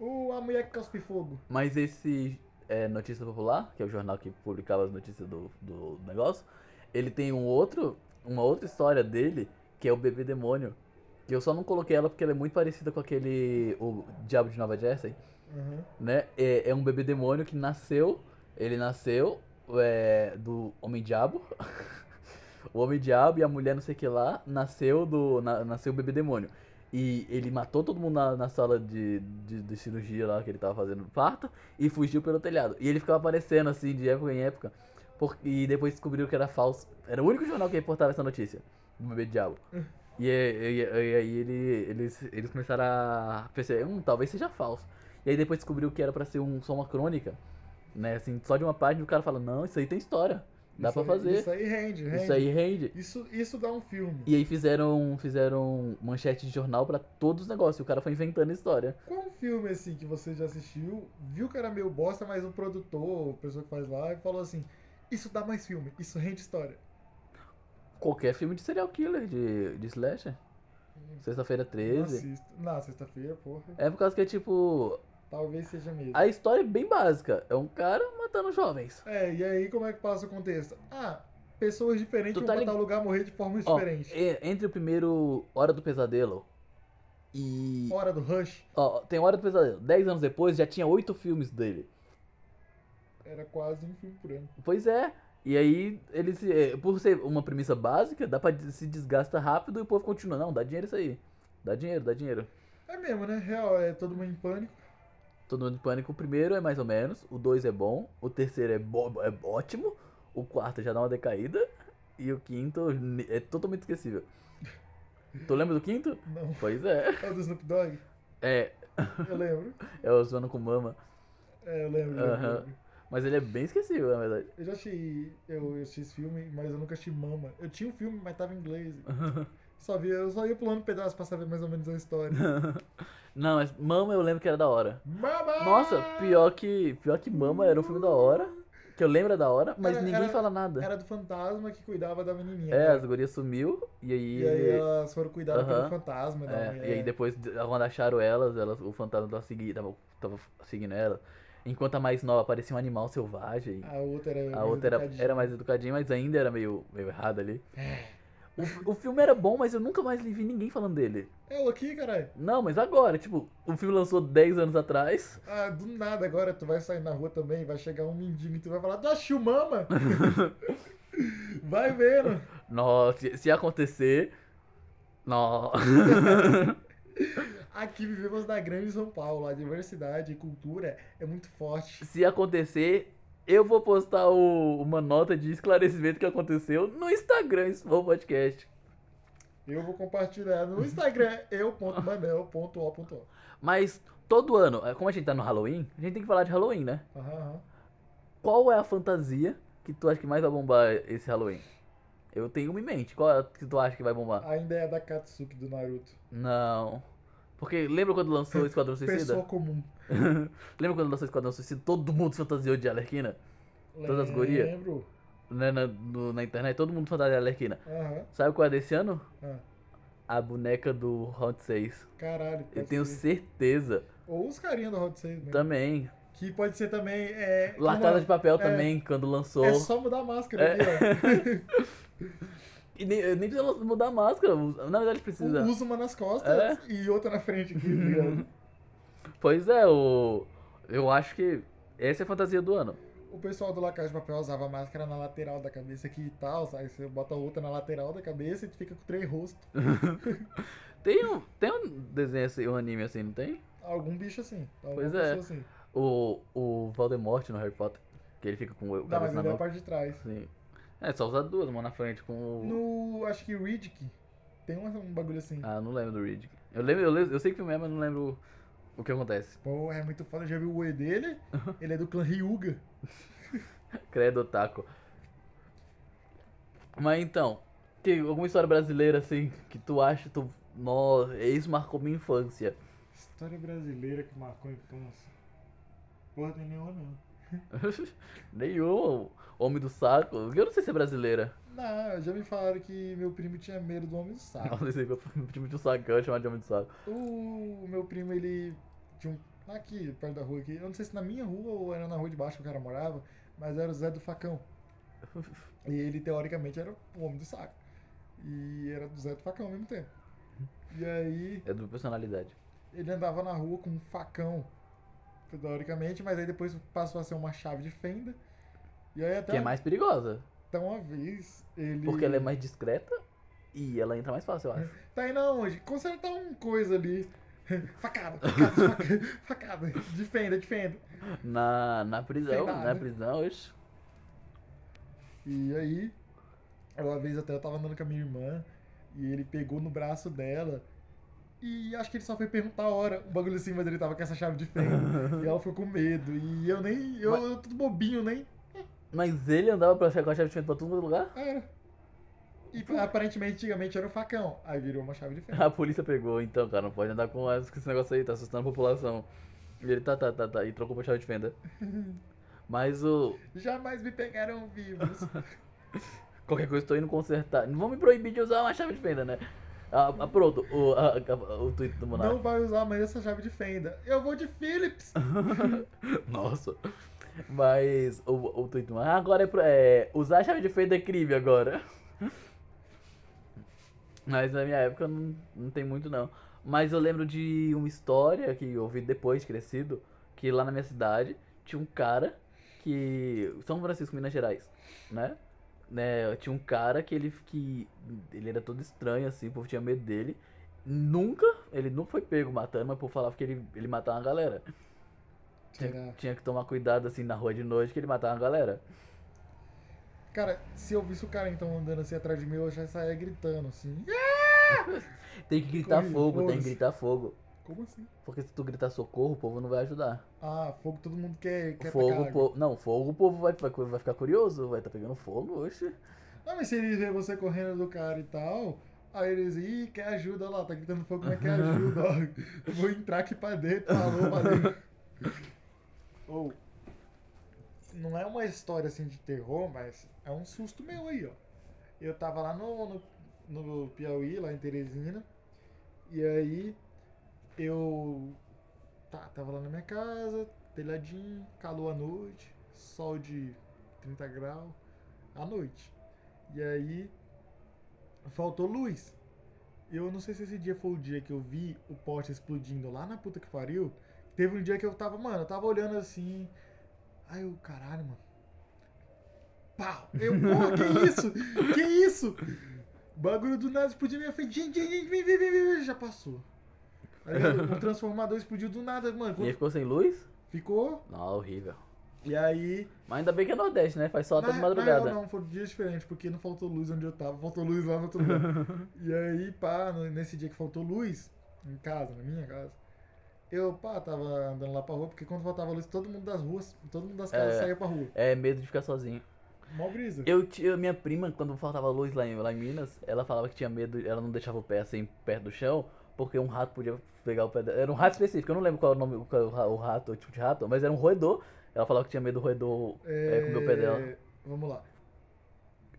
Speaker 2: O, a mulher que cospe fogo.
Speaker 3: Mas esse é, Notícia Popular, que é o jornal que publicava as notícias do, do negócio, ele tem um outro, uma outra história dele, que é o Bebê Demônio. Que eu só não coloquei ela porque ela é muito parecida com aquele. O Diabo de Nova Jersey,
Speaker 2: Aham.
Speaker 3: né? É, é um bebê demônio que nasceu. Ele nasceu é, do Homem-Diabo. o Homem-Diabo e a mulher não sei o que lá nasceu do. na- nasceu o bebê demônio. E ele matou todo mundo na, na sala de, de, de cirurgia lá que ele tava fazendo parto e fugiu pelo telhado. E ele ficava aparecendo assim de época em época. por- e depois descobriram que era falso. Era o único jornal que reportava essa notícia do bebê diabo. E, e- e- e aí ele, eles, eles começaram a perceber, hum, talvez seja falso. E aí depois descobriu que era pra ser um, só uma crônica, né? Assim, só de uma página o cara fala, não, isso aí tem história. Dá
Speaker 2: Isso
Speaker 3: pra
Speaker 2: aí-
Speaker 3: fazer.
Speaker 2: Isso aí rende, rende.
Speaker 3: Isso aí rende.
Speaker 2: Isso, isso dá um filme.
Speaker 3: E aí fizeram, fizeram manchete de jornal pra todos os negócios. E o cara foi inventando história.
Speaker 2: Qual um filme assim que você já assistiu, viu que era meio bosta, mas o produtor, a pessoa que faz lá, e falou assim: Isso dá mais filme, isso rende história.
Speaker 3: Qualquer filme de serial killer, de, de slasher. Sexta-feira
Speaker 2: Não
Speaker 3: 13.
Speaker 2: assisto. Na sexta-feira, porra.
Speaker 3: É por causa que é tipo.
Speaker 2: Talvez seja mesmo.
Speaker 3: A história é bem básica. É um cara matando jovens.
Speaker 2: É, e aí como é que passa o contexto? Ah, pessoas diferentes
Speaker 3: Tu
Speaker 2: vão
Speaker 3: tá
Speaker 2: botar
Speaker 3: lig-
Speaker 2: o lugar a morrer de formas
Speaker 3: Ó,
Speaker 2: diferentes.
Speaker 3: E- entre o primeiro Hora do Pesadelo e.
Speaker 2: Hora do Rush
Speaker 3: Ó, tem Hora do Pesadelo. Dez anos depois já tinha oito filmes dele.
Speaker 2: era quase um filme por ano.
Speaker 3: Pois é. E aí, ele se, é, por ser uma premissa básica, dá pra des- se desgasta rápido e o povo continua. Não, dá dinheiro isso aí. Dá dinheiro, dá dinheiro.
Speaker 2: É mesmo, né? Real, é todo mundo em pânico.
Speaker 3: Todo mundo em pânico. O primeiro é mais ou menos. O dois é bom. O terceiro é, bo é ótimo. O quarto já dá uma decaída. E o quinto ne- é totalmente esquecível. Tu lembra do quinto?
Speaker 2: Não.
Speaker 3: Pois é.
Speaker 2: É o do Snoop Dogg?
Speaker 3: É,
Speaker 2: Eu lembro.
Speaker 3: é o Zoando com Mama.
Speaker 2: É, eu lembro. eu
Speaker 3: Aham.
Speaker 2: lembro.
Speaker 3: Mas ele é bem esquecível, na verdade.
Speaker 2: Eu já assisti, eu, eu assisti esse filme, mas eu nunca assisti Mama. Eu tinha um filme, mas tava em inglês. Só via, eu só ia pulando pedaços pra saber mais ou menos a história.
Speaker 3: Não, mas Mama eu lembro que era da hora.
Speaker 2: Mama!
Speaker 3: Nossa, pior que, pior que Mama era um filme da hora. Que eu lembro era da hora, mas
Speaker 2: Era-
Speaker 3: ninguém
Speaker 2: era-
Speaker 3: fala nada.
Speaker 2: Era do fantasma que cuidava da menininha.
Speaker 3: É,
Speaker 2: né?
Speaker 3: as gurias sumiu e aí.
Speaker 2: E aí elas foram cuidadas
Speaker 3: Aham.
Speaker 2: pelo fantasma. da
Speaker 3: é,
Speaker 2: mulher.
Speaker 3: e aí depois, de- quando acharam elas, elas o fantasma tava, segui, tava, tava seguindo ela. Enquanto a mais nova aparecia um animal selvagem.
Speaker 2: A outra Ah, era.
Speaker 3: a
Speaker 2: mais
Speaker 3: outra era,
Speaker 2: educadinha. É.
Speaker 3: era mais educadinha, mas ainda era meio, meio errada ali. O, o filme era bom, mas eu nunca mais vi ninguém falando dele.
Speaker 2: É o aqui, caralho.
Speaker 3: Não, mas agora, tipo, o filme lançou 10 anos atrás.
Speaker 2: Ah, do nada agora tu vai sair na rua também, vai chegar um mendigo e tu vai falar, tu achou mama? vai vendo.
Speaker 3: Nossa, se, se acontecer. Nossa.
Speaker 2: Aqui vivemos na grande São Paulo, a diversidade e cultura é muito forte.
Speaker 3: Se acontecer, eu vou postar o- uma nota de esclarecimento que aconteceu no Instagram, esse for o podcast.
Speaker 2: Eu vou compartilhar no Instagram, eu.manel.o.o.
Speaker 3: Mas todo ano, é, como a gente tá no Halloween, a gente tem que falar de Halloween, né?
Speaker 2: Aham, aham.
Speaker 3: Qual é a fantasia que tu acha que mais vai bombar esse Halloween? Eu tenho uma em mente. Qual é a que tu acha que vai bombar?
Speaker 2: Ainda é da Katsuki do Naruto.
Speaker 3: Não. Porque lembra quando lançou o Esquadrão Suicida?
Speaker 2: Pessoa comum.
Speaker 3: lembra quando lançou o Esquadrão Suicida? Todo mundo se fantasiou de Arlequina? Todas as gurias?
Speaker 2: Lembro.
Speaker 3: Né, Na, no- na internet, todo mundo fantasiado de Arlequina.
Speaker 2: Aham.
Speaker 3: Sabe qual é desse ano?
Speaker 2: Ah,
Speaker 3: A boneca do Round 6.
Speaker 2: caralho.
Speaker 3: Eu
Speaker 2: pode É.
Speaker 3: tenho
Speaker 2: ser.
Speaker 3: certeza.
Speaker 2: Ou os carinha do Hot 6 mesmo.
Speaker 3: Tá. Também.
Speaker 2: Que pode ser também. É,
Speaker 3: La Casa de Papel
Speaker 2: é.
Speaker 3: também, quando lançou.
Speaker 2: É só mudar a máscara
Speaker 3: É.
Speaker 2: aqui, ó. Um
Speaker 3: E nem, nem precisa mudar a máscara. Na verdade precisa.
Speaker 2: Um usa uma nas costas
Speaker 3: É.
Speaker 2: e outra na frente aqui, tá ligado?
Speaker 3: Pois é, o. Eu acho que essa é a fantasia do ano.
Speaker 2: O pessoal do Lacar de Papel usava máscara na lateral da cabeça aqui e tal, sabe? Você bota outra na lateral da cabeça e tu fica com três rostos.
Speaker 3: Tem um, tem um desenho assim, um anime assim, não tem?
Speaker 2: Algum bicho assim. Alguma
Speaker 3: Pois é.
Speaker 2: pessoa assim.
Speaker 3: O, o Voldemort no Harry Potter. Que ele fica com o
Speaker 2: Não,
Speaker 3: cabeça
Speaker 2: mas
Speaker 3: na
Speaker 2: ele é a
Speaker 3: mão.
Speaker 2: parte de trás.
Speaker 3: Assim. É, só usar duas, uma na frente com o.
Speaker 2: No. Acho que Riddick tem um, um bagulho assim.
Speaker 3: Ah, não lembro do Reed. Eu lembro, eu, lembro- eu sei que filme é, mas não lembro o que acontece.
Speaker 2: Pô, é muito foda, já viu o E dele? Ele é do clã Ryuga.
Speaker 3: Credo Otaku. Mas então, tem alguma história brasileira assim que tu acha, tu. Nossa, isso marcou minha infância.
Speaker 2: História brasileira que marcou a infância. Porra, tem nenhuma não.
Speaker 3: Nenhum. Homem do saco. Eu não sei se é brasileira.
Speaker 2: Não, já me falaram que meu primo tinha medo do homem do saco.
Speaker 3: Não sei se é meu primo de um sacão, chamar de homem do saco.
Speaker 2: O meu primo, ele tinha um. Aqui, perto da rua aqui. Eu não sei se na minha rua ou era na rua de baixo que o cara morava, mas era o Zé do Facão. E ele, teoricamente, era o homem do saco. E era do Zé do Facão ao mesmo tempo. E aí,
Speaker 3: É do personalidade.
Speaker 2: ele andava na rua com um facão, teoricamente, mas aí depois passou a ser uma chave de fenda. E aí, até,
Speaker 3: Que é mais perigosa.
Speaker 2: até uma vez, ele.
Speaker 3: Porque ela é mais discreta e ela entra mais fácil, eu acho.
Speaker 2: Tá indo aonde? Consertar um coisa ali. Facada, facada, facada, facada. De fenda, de fenda.
Speaker 3: Na, na
Speaker 2: Sei
Speaker 3: prisão,
Speaker 2: lá,
Speaker 3: na
Speaker 2: né?
Speaker 3: prisão, oxe.
Speaker 2: E aí, uma vez até eu tava andando com a minha irmã e ele pegou no braço dela. E acho que ele só foi perguntar a hora, o bagulho assim, mas ele tava com essa chave de fenda. e ela ficou com medo. E eu nem. Eu, eu tudo bobinho, nem. ah,
Speaker 3: Mas ele andava pra com a chave de fenda pra todo lugar?
Speaker 2: Era. E aparentemente, antigamente era um facão. Aí virou uma chave de fenda.
Speaker 3: A polícia pegou, então, cara, não pode andar com as- com esse negócio aí, tá assustando a população. E ele, tá, tá, tá, tá, e trocou pra chave de fenda. Mas o.
Speaker 2: Jamais me pegaram vivos.
Speaker 3: Qualquer coisa, tô indo consertar. Não vão me proibir de usar uma chave de fenda, né? Ah, ah, pronto, o, a- a- o tweet do Monark.
Speaker 2: Não vai usar mais essa chave de fenda. Eu vou de Philips.
Speaker 3: Nossa. Mas o, o tweet do Monark. Ah, agora é, pro- é. Usar a chave de fenda é crime agora. Mas na minha época não, não tem muito, não. Mas eu lembro de uma história que eu ouvi depois, crescido, que lá na minha cidade tinha um cara que. São Francisco, Minas Gerais, né? né tinha um cara que ele, que ele era todo estranho, assim, o povo tinha medo dele. Nunca, ele nunca foi pego matando, mas o povo falava que ele, ele matava uma galera. Tinha,
Speaker 2: Será?
Speaker 3: tinha que tomar cuidado, assim, na rua de noite, que ele matava uma galera.
Speaker 2: Cara, se eu visse o cara então andando assim atrás de mim, eu já saia gritando assim. "Ah!"
Speaker 3: Tem que gritar
Speaker 2: Corre,
Speaker 3: fogo, tem que
Speaker 2: foda-se.
Speaker 3: gritar fogo.
Speaker 2: Como assim?
Speaker 3: Porque se tu gritar socorro, o povo não vai ajudar.
Speaker 2: Ah, fogo todo mundo quer, quer
Speaker 3: fogo,
Speaker 2: tacar
Speaker 3: o
Speaker 2: água.
Speaker 3: povo. Não, fogo, o povo vai, vai, vai ficar curioso, vai tá pegando fogo, oxe.
Speaker 2: Não, Ah, mas se ele vê você correndo do cara e tal, aí eles, ih, quer ajuda Olha lá, tá gritando fogo, mas quer ajuda, ó. Vou entrar aqui pra dentro, falou, valeu. Ou, não é uma história assim de terror, mas é um susto meu aí, ó. Eu tava lá no, no, no Piauí, lá em Teresina, e aí eu tá, tava lá na minha casa, telhadinho, calor à noite, sol de 30 graus à noite. E aí faltou luz. Eu não sei se esse dia foi o dia que eu vi o poste explodindo lá na puta que pariu. Teve um dia que eu tava, mano, eu tava olhando assim. Aí eu, caralho, mano. Pau! Eu, porra, que isso? Que isso? Bagulho do nada explodiu minha frente. Gente, gente, gente, vem, vem, vem, vem, vem, já passou. Aí o transformador explodiu do nada, mano.
Speaker 3: E ele
Speaker 2: Quando
Speaker 3: ficou sem luz?
Speaker 2: ficou.
Speaker 3: Não, horrível.
Speaker 2: E aí.
Speaker 3: Mas ainda bem que é Nordeste, né? Faz sol até de madrugada.
Speaker 2: Não, não, foram dias diferentes, um porque não faltou luz onde eu tava, faltou luz lá no outro lugar. e aí, pá, no- nesse dia que faltou luz, em casa, na minha casa, eu, pá, tava andando lá pra rua, porque quando faltava luz, todo mundo das ruas, todo mundo das casas
Speaker 3: É.
Speaker 2: saía pra rua.
Speaker 3: É medo de ficar sozinho.
Speaker 2: Mó brisa.
Speaker 3: Eu tinha. Minha prima, quando faltava luz lá em, lá em Minas, ela falava que tinha medo, ela não deixava o pé assim perto do chão, porque um rato podia pegar o pé dela. Era um rato específico, eu não lembro qual era o nome, qual era o ra- o rato, o tipo de rato, mas era um roedor. Ela falava que tinha medo do roedor é, comer o pé dela.
Speaker 2: Vamos lá.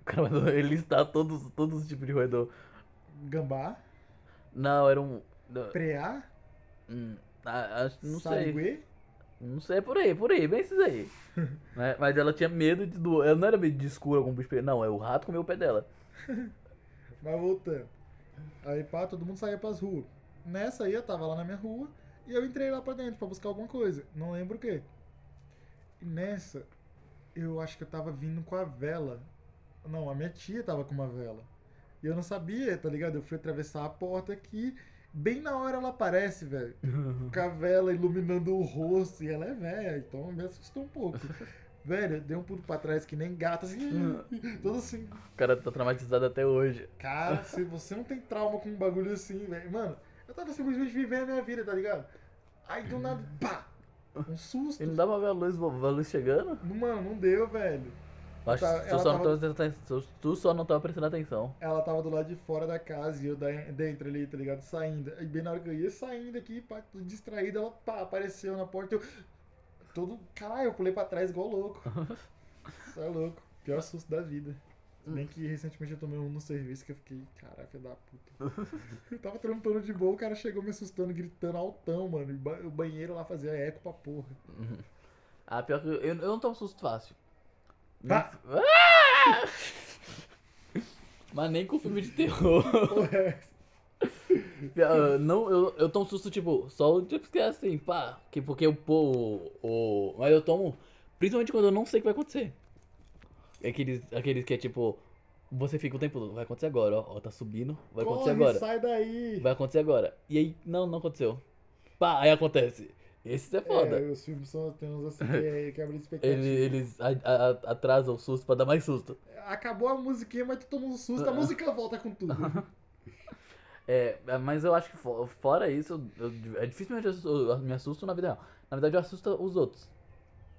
Speaker 3: O cara mandou ele listar todos, todos os tipos de roedor.
Speaker 2: Gambá,
Speaker 3: Não, era um. não,
Speaker 2: preá,
Speaker 3: hum, a- acho que não sei.
Speaker 2: sariguê.
Speaker 3: Não sei, é por aí, por aí, bem esses aí. Né? Mas ela tinha medo de. Do... Ela não era medo de escuro algum bicho. pe- Não, é o rato comeu o pé dela.
Speaker 2: Mas voltando. Aí, pá, todo mundo saía pras ruas. Nessa aí, eu tava lá na minha rua e eu entrei lá pra dentro pra buscar alguma coisa. Não lembro o quê. E nessa, eu acho que eu tava vindo com a vela. Não, a minha tia tava com uma vela. E eu não sabia, tá ligado? Eu fui atravessar a porta aqui. Bem na hora ela aparece, velho. Com a vela iluminando o rosto. E ela é velha, então me assustou um pouco. velho, eu dei um pulo pra trás que nem gata, assim. todo assim,
Speaker 3: O cara tá traumatizado até hoje.
Speaker 2: Cara, se você não tem trauma com um bagulho assim, velho. Mano, eu tava simplesmente vivendo a minha vida, tá ligado? Aí do nada, pá! Um susto.
Speaker 3: E não dá pra ver a luz, a luz chegando?
Speaker 2: Mano, não deu, velho.
Speaker 3: Acho
Speaker 2: Tá,
Speaker 3: que tu,
Speaker 2: ela
Speaker 3: só não
Speaker 2: tava-
Speaker 3: tava prestando atenção- tu só não tava prestando atenção.
Speaker 2: Ela tava do lado de fora da casa e eu da- dentro ali, tá ligado? Saindo. Aí bem na hora que eu ia saindo aqui, pá, tudo distraído, ela pá, apareceu na porta. Eu. todo. Caralho, eu pulei pra trás igual louco. Isso é louco. Pior susto da vida. Se
Speaker 3: Hum.
Speaker 2: bem que recentemente eu tomei um no serviço que eu fiquei, caralho, filho da puta. Eu tava trampando de boa, o cara chegou me assustando, gritando altão, mano. E ba- o banheiro lá fazia eco pra porra.
Speaker 3: Ah, pior que eu, eu não tomo susto fácil. Né?
Speaker 2: Ah!
Speaker 3: Ah! Mas nem com filme de terror.
Speaker 2: Porra, é.
Speaker 3: Eu não, eu, eu tomo susto, tipo, só o tipo que é assim, pá. Que porque o pô. O, o- mas eu tomo. Principalmente quando eu não sei o que vai acontecer. Aqueles, aqueles que é tipo. Você fica o tempo todo. Vai acontecer agora, ó. ó tá subindo. Vai acontecer
Speaker 2: Corre,
Speaker 3: agora.
Speaker 2: sai daí.
Speaker 3: Vai acontecer agora. E aí, não, não aconteceu. Pá, aí acontece. Esse é foda.
Speaker 2: É, os filmes são tem uns assim que é quebra de expectativa.
Speaker 3: Ele- eles a- a- a- atrasam o susto pra dar mais susto.
Speaker 2: Acabou a musiquinha, mas tu toma um
Speaker 3: Ah.
Speaker 2: susto, a música volta com tudo.
Speaker 3: É, mas eu acho que fo- fora isso, eu, eu- é dificilmente eu, assu- eu me assusto na vida real. Na verdade, eu assusto os outros.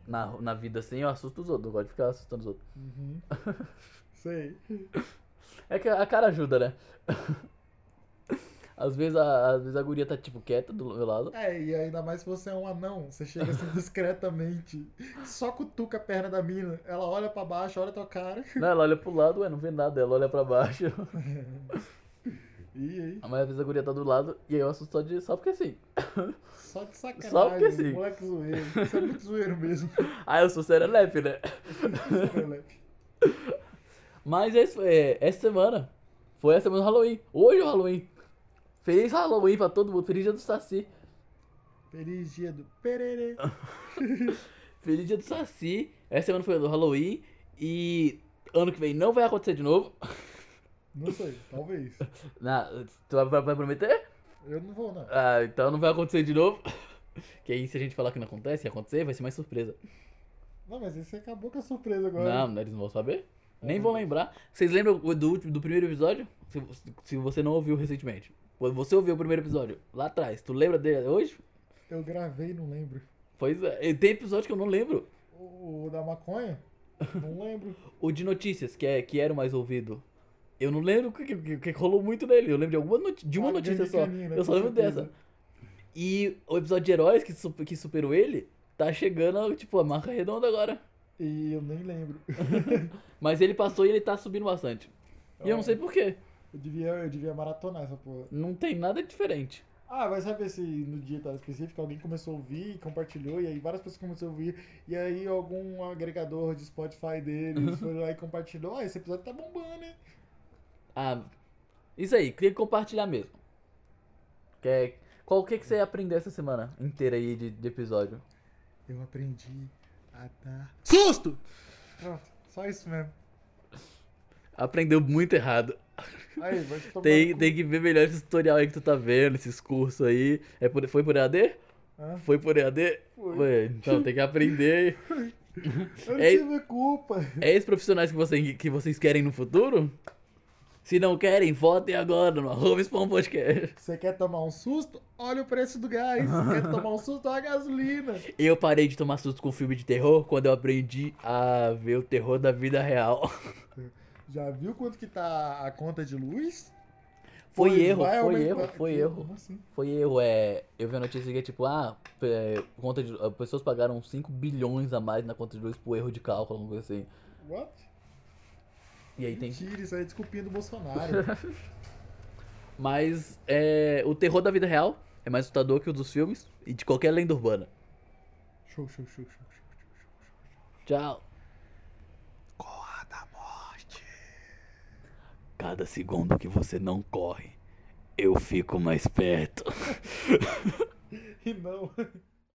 Speaker 3: Na, na vida assim, eu assusto os outros. Eu gosto de ficar assustando os outros.
Speaker 2: Uhum. Sei.
Speaker 3: É que a cara ajuda, né? Às vezes a, às vezes a guria tá, tipo, quieta do meu lado.
Speaker 2: É, e ainda mais se você é um anão, você chega assim discretamente, só cutuca a perna da mina, ela olha pra baixo, olha tua cara.
Speaker 3: Né? Ela olha pro lado, ué, não vê nada. Ela olha pra baixo.
Speaker 2: E aí,
Speaker 3: Mas às vezes a guria tá do lado e aí eu assusto só, de, só porque assim.
Speaker 2: só de sacanagem,
Speaker 3: Só porque sim.
Speaker 2: moleque zoeiro. Você é muito zoeiro mesmo.
Speaker 3: Ah, eu sou serelepe, né?
Speaker 2: moleque.
Speaker 3: Mas esse, é, essa semana foi a semana do Halloween. Hoje é o Halloween. Feliz Halloween pra todo mundo. Feliz dia do Saci.
Speaker 2: Feliz dia do pererê.
Speaker 3: Feliz dia do Saci. Essa semana foi a do Halloween. E ano que vem não vai acontecer de novo.
Speaker 2: Não sei, talvez.
Speaker 3: Na, tu vai, vai prometer?
Speaker 2: Eu não vou, não.
Speaker 3: Ah, então não vai acontecer de novo. Que aí se a gente falar que não acontece, e acontecer, vai ser mais surpresa.
Speaker 2: Não, mas esse acabou com a surpresa agora.
Speaker 3: Não, eles não vão saber. Nem vão lembrar. Vocês lembram do, último- do primeiro episódio? Se, se você não ouviu recentemente. Quando você ouviu o primeiro episódio lá atrás, tu lembra dele hoje?
Speaker 2: Eu gravei, não lembro.
Speaker 3: Pois é, e tem episódio que eu não lembro.
Speaker 2: O, o da maconha? Não lembro.
Speaker 3: O de notícias, que, é, que era o mais ouvido. Eu não lembro o que, que, que rolou muito nele. Eu lembro de, alguma noti- de uma
Speaker 2: Ah,
Speaker 3: notícia
Speaker 2: Grande
Speaker 3: só.
Speaker 2: Canina,
Speaker 3: Eu só
Speaker 2: com
Speaker 3: lembro
Speaker 2: certeza.
Speaker 3: dessa. E o episódio de heróis que, su- que superou ele tá chegando, tipo, a marca redonda agora.
Speaker 2: E eu nem lembro.
Speaker 3: Mas ele passou e ele tá subindo bastante. E eu não
Speaker 2: Ah.
Speaker 3: sei porquê.
Speaker 2: Eu devia, eu devia maratonar essa porra.
Speaker 3: Não tem nada diferente.
Speaker 2: Ah, vai saber se no dia tal específico alguém começou a ouvir, compartilhou, e aí várias pessoas começaram a ouvir, e aí algum agregador de Spotify deles foi lá e compartilhou, ah, esse episódio tá bombando, hein?
Speaker 3: Ah, isso aí, queria compartilhar mesmo. Quer, qual o que, que você aprendeu essa semana inteira aí de, de episódio?
Speaker 2: Eu aprendi a dar susto! Pronto, só isso mesmo.
Speaker 3: Aprendeu muito errado.
Speaker 2: Aí, vai te tomar no
Speaker 3: Tem,
Speaker 2: cu.
Speaker 3: tem que ver melhor esse tutorial aí que tu tá vendo, esses cursos aí. É por, foi por EAD?
Speaker 2: Hã?
Speaker 3: Foi por EAD?
Speaker 2: Foi.
Speaker 3: Ué, então tem que aprender.
Speaker 2: Eu não
Speaker 3: É-
Speaker 2: tive culpa.
Speaker 3: É esses profissionais que, você, que vocês querem no futuro? Se não querem, votem agora no arroba Spawn Podcast.
Speaker 2: Você quer tomar um susto? Olha o preço do gás. Quer tomar um susto? Olha a gasolina.
Speaker 3: Eu parei de tomar susto com filme de terror quando eu aprendi a ver o terror da vida real.
Speaker 2: Já viu quanto que tá a conta de luz?
Speaker 3: Foi
Speaker 2: Pois
Speaker 3: erro,
Speaker 2: vai
Speaker 3: foi
Speaker 2: aumentar
Speaker 3: erro, foi
Speaker 2: aqui.
Speaker 3: erro.
Speaker 2: Como assim?
Speaker 3: Foi erro, é. Eu vi a notícia que é tipo, ah, é, conta de, ah, pessoas pagaram 5 bilhões a mais na conta de luz por erro de cálculo, alguma coisa assim.
Speaker 2: What?
Speaker 3: E aí tem.
Speaker 2: Mentira, isso aí é desculpinha do Bolsonaro.
Speaker 3: Mas é, o terror da vida real é mais assustador que o dos filmes e de qualquer lenda urbana.
Speaker 2: show, show, show, show, show, show, show, show.
Speaker 3: Tchau.
Speaker 2: Corra da morte.
Speaker 3: Cada segundo que você não corre, eu fico mais perto.
Speaker 2: E não.